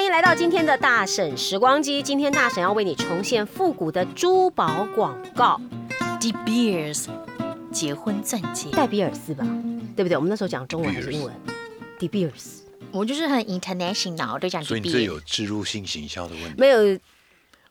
迎来到今天的大婶时光机。今天大婶要为你重现复古的珠宝广告， De Beers 结婚钻戒，戴比尔斯吧，对不对？我们那时候讲中文还是英文？De Beers 我就是很 international，我就讲所 De 以你这 Beers。有植入性行销的问题。 没有，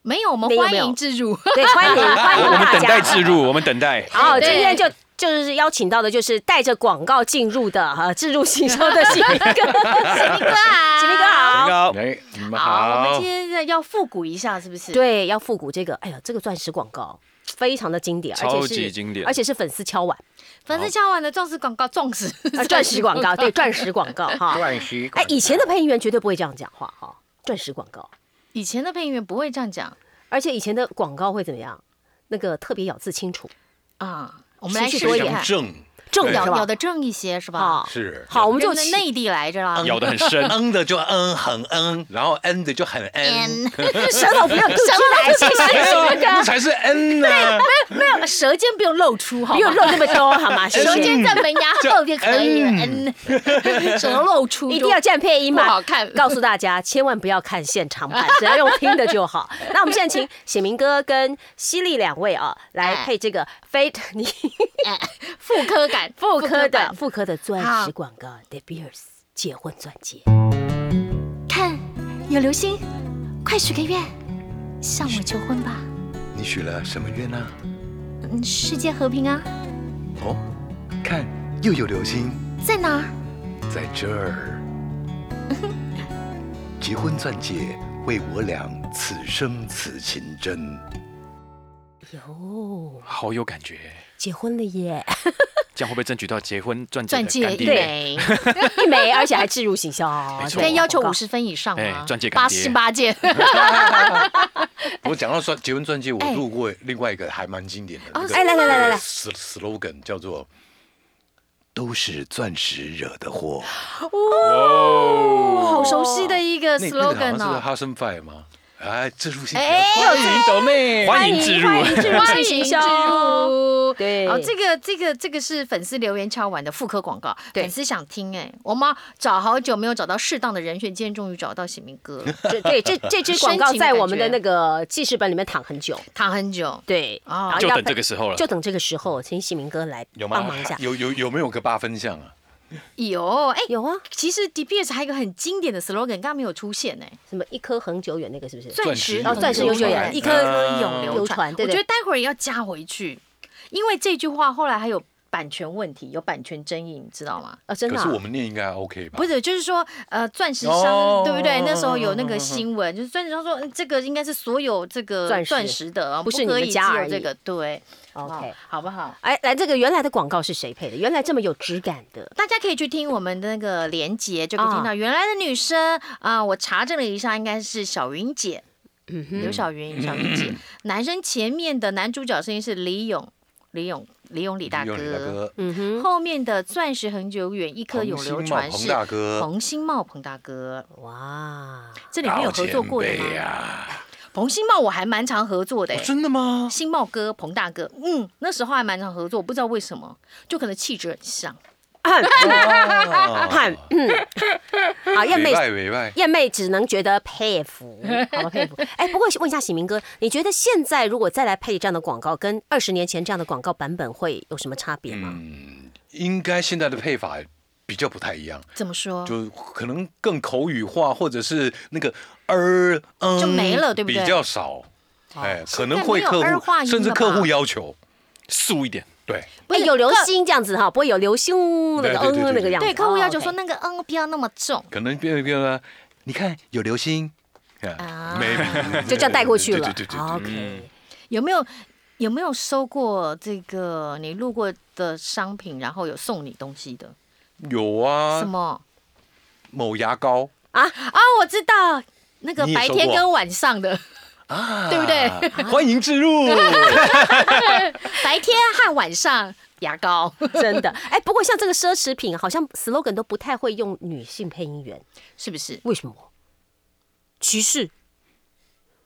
没有，我们没有欢没有迎置 入。对，欢迎欢迎我们大等待家。置入，我们等待。好，今对天就就是邀请到的就是带着广告进入的呃置入行销的喜明哥， 喜明哥啊喜明哥好。好，哎，你们好，我好们今，天要复古一下，是不是？，对，要复古这个，哎呀，这个钻石广告非常的经典，而且超是级经典而且是粉丝敲碗，粉丝敲完的钻石广告，钻石 啊，钻石广告，对，钻石广告哈。钻石哎，以前的配音员绝对不会这样讲话哈，钻石广告，以前的配音员不会这样讲而且以前的广告会怎么样？那个特别咬字清楚，啊。我们来是试是试非是常看，正，正对是咬吧咬？的正一些是吧？啊，是好，我们就人起的内地来着啦。咬得很深。嗯的就嗯很嗯，然后嗯的就很嗯，嗯舌头不要吐出来，谢谢 哎这那个，才是嗯呢，没有， 舌尖不用露出，好不吗用露那么多好 吗？谢舌谢。尖在门牙后就可以了。 嗯，舌头露出就一定要站配音嘛，不好看告诉大家，千万不要看现场版，只要用听的就好。那我们现在请显明哥跟犀利两位啊，来哎配这个非你哎妇科感，妇科的感妇科的钻石好广告，De Beers 结婚钻戒。看有流星，快许个愿，向我求婚吧，你许了什么愿呢？嗯，世界和平啊，哦，看又有流星在哪儿？在这儿，结婚钻戒为我俩此生此情真，哟，好有感觉，哦结婚了 耶！这样会不会争取到结婚钻戒的钻戒干一爹妹？枚，一枚，而且还置入行销哦，没错但要求五十。十分以上哎吗？钻戒干八爹十八件。 我讲到钻结婚钻戒，我哎录过另外一个还蛮经典的哦那个，哎，来来来来来， s slogan 叫做“都是钻石惹的祸哦哦，好熟悉的一”，个那那个好像 slogan 是哦。哈森 fire 吗？哎，这出戏哎欢迎抖妹，欢 迎置入，置入性行销。入对哦，这个这个这个是粉丝留言敲完的妇科广告，对粉丝想听哎、我们找好久没有找到适当的人选，今天终于找到喜明哥了，这对这这支广告深情的在感觉我们的那个记事本里面躺很久，躺很久，对，哦然后就要等这配个时候了。就等这个时候，请喜明哥来有帮吗忙一下？。有有有没有个八分像啊？有哎、有啊，其实 DBS 还有一个很经典的 slogan，刚刚没有出现呢、哎什么一颗恒久远那个是不是？钻石哦钻石永永久久远远，一一颗颗永永流流传传。对我对觉得待会儿要加回去，因为这句话后来还有版权问题，有版权争议，你知道吗？啊，真的可啊是我们念应该 OK 吧？不是，就是说，呃，钻石商哦对不对？那时候有那嗯个新闻，就是钻石商说，嗯这个应该是所有这个钻石钻石的，啊不是你可们以只家而有已这个，对 OK 哦。好不好？哎，来，这个原来的广告是谁配的？原来这么有质感的，大家可以去听我们的那个连结，就可以啊听到原来的女生啊、我查证了一下，应该是小云姐，嗯刘小云、小 云姐。男生前面的男主角声音是李勇，李勇，李勇李大有你大哥。哥，嗯哼，后面的钻石恒久远，一颗永流彭新茂传彭是大哥彭新茂彭大哥，哇，这里面有合作过的老前辈吗？呀彭新茂我还蛮常合作的、哦欸，真的吗？新茂哥彭大哥，嗯，那时候还蛮常合作，不知道为什么，就可能气质很像。 哇哦 看，嗯， 好，燕委妹。外啊委外，燕妹只能觉得佩 服，好吧，佩服。哎，不过问一下喜明哥，你觉得现在如果再来配这样的广告，跟二十年前这样的广告版本会有什么差别吗？嗯应该现在的配法比较不太一样。怎么说？就可能更口语化，或者是那个儿嗯就没了对不对比较少，哎，可能会现在没有客儿化户音甚至了吧客户要求，素一点，对，不哎有流星这样子哈，不会有流星呜那个对对嗯对那对个对样子。对客户要求哦说，OK 那个嗯不要那么重，可能变变了。你看有流星，啊啊，没就这样带过去了。对对对对对 OK，有没有有没有收过这个你路过的商品，然后有送你东西的？有什啊，么某牙膏啊？我知道那个你也白收天过跟晚上的，啊，对不对？欢迎置入，白天和晚上牙膏， 嗯真的。哎，不过像这个奢侈品，好像 slogan 都不太会用女性配音员，是不是？为什么？歧视？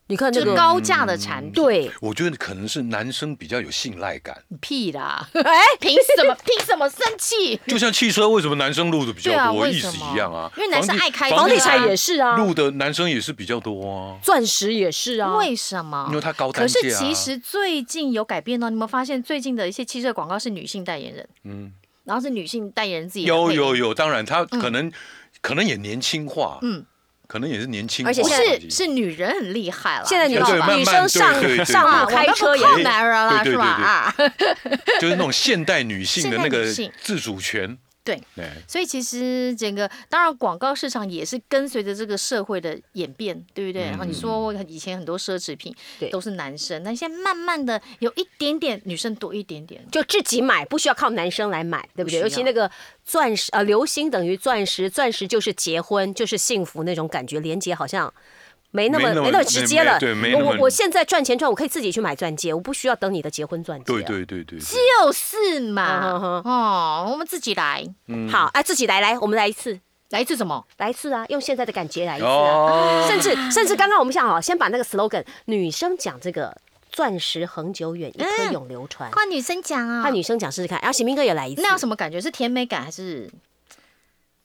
你看那就个高价的产嗯品，对，我觉得可能是男生比较有信赖感，屁啦！ 哎，凭什么？凭什么生气？就像汽车为什么男生录的比对啊较多，为意什思么一样啊。因为男生房地爱开房房地地产产也是啊，录的男生也是比较多啊，钻石也是啊，为什么？因为它高可单价、啊。是其实最近有改变哦，你有没有发现最近的一些汽车广告是女性代言人，嗯然后是女性代言人自己的有配音有有，当然他可能、可能也年轻化，嗯嗯，可能也是年轻化，而且不现在是是女人很厉害了，现在你女知道对吧慢慢女生上对对对上啊，路我们开不车也靠是男人了对对是吧？啊，就是那种现代女性的那个现代女性自主权， 对，对，所以其实整个当然广告市场也是跟随着这个社会的演变，对不对？然后你说以前很多奢侈品对都是男生，那现在慢慢的有一点点女生多一点点，就自己买，不需要靠男生来买，对不对？不需要尤其那个钻石，呃，流星等于钻石，钻石就是结婚，就是幸福那种感觉，连接好像。没那么没那么没那么直接了。没对没我那么我我现在赚钱赚，我可以自己去买钻戒，我不需要等你的结婚钻戒。啊啊对对对对，对就是嘛，嗯哼哦，我们自己来，嗯好，哎、自己来来，我们来一次，来自什么？来一次啊，用现在的感觉来一次啊。哦，甚至甚至刚刚我们想好，先把那个 slogan，女生讲这个钻石恒久远，一颗嗯永流传。换女生讲啊，换、女生讲试试看，然后喜明哥也来一次。那有什么感觉？是甜美感还是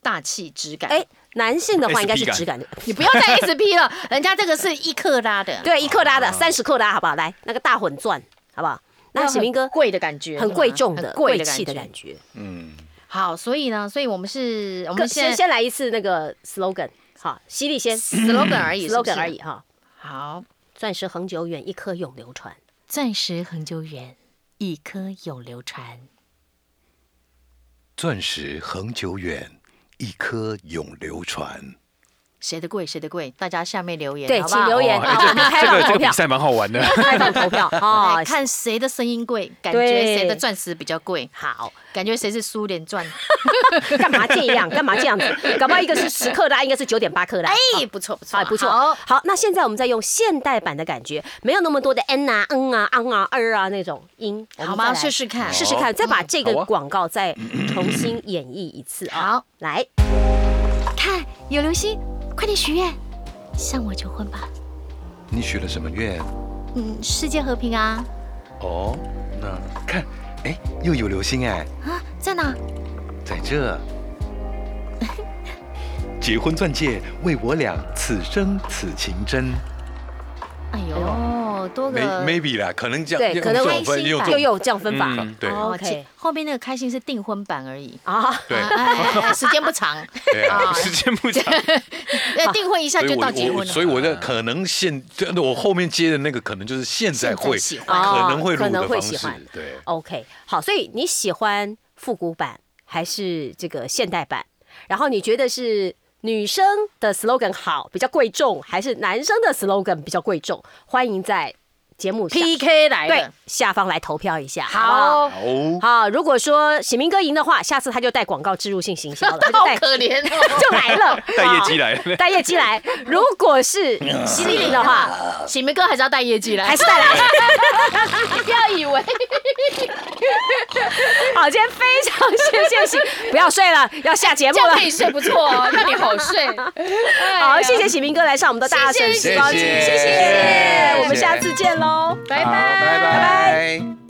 大气质感？哎、男性的话 SP 应该是感质感的。你不要再 SP 了，人家这个是一克拉的，对，一克拉啊的，三十克拉，好不好？来，那个大混钻，好不好？那很启明哥贵的感觉，很贵重很的、贵贵气的感感觉。觉。嗯，好，所以呢，所以我们是，我各们先现在先来一次那个 slogan，好，犀利先 slogan 而已是不是啊 slogan 而已。哈。好，钻石恒久远，一颗永流传。钻石恒久远，一颗永流传。钻石恒久远，一颗永流传。谁的贵谁的贵，大家下面留言，对，好不好请留言，哎好我们开这放个这投个比票，赛蛮好玩的。开放投票啊 来！哦看谁的声音贵，感觉对谁的钻石比较贵，好，感觉谁是苏联钻，干嘛这样？干嘛这样子？搞不好一个是十克拉，一个是九点八克拉。哎，不错不错，好，不错。好好，那现在我们再用现代版的感觉，没有那么多的 n 啊、嗯啊、昂啊、二啊那种音，我们好吗？再来试试看，哦试试看，再把这好个啊广告再重新演绎一次啊！好，来，看有流星，快点许愿，向我求婚吧。你许了什么愿？嗯，世界和平啊，哦，那看，哎，又有流星哎，啊，在哪？在 这。结婚钻戒为我俩此生此情真哎呦，多个，May-，maybe 啦，可能这样对，用可能这会种分用这又种有这样分法嗯对哦 OK 其后面那个开心是订婚版而已。啊。对啊哎 哎哎时间不长， 对 啊，时间不长，呃，订婚一下所以就我到结婚我了。所以我在可能现这我后面接的那个可能就是现在会现在喜欢可能会可录能的会方喜式欢，对。 OK，好，所以你喜欢复古版还是这个现代版？然后你觉得是女生的 slogan 好，比较贵重，还是男生的 slogan 比较贵重？欢迎在节目下 PK 来对的，下方来投票一下，好不好。好，啊哦，好，如果说喜明哥赢的话，下次他就带广告植入性行销了，他就 好带可怜哦。 就来了，带业绩来 了。带业绩来。如果是犀利的话，醒明哥还是要带业绩来，还是带 来。不要 以为好，今天非常谢谢喜，不要睡了，要下节目这样了可。以睡不错哦，让你好睡。哎 呀好，谢谢喜明哥来上我们的大圣时光机，谢谢谢谢谢我们下次见喽。拜拜。拜拜。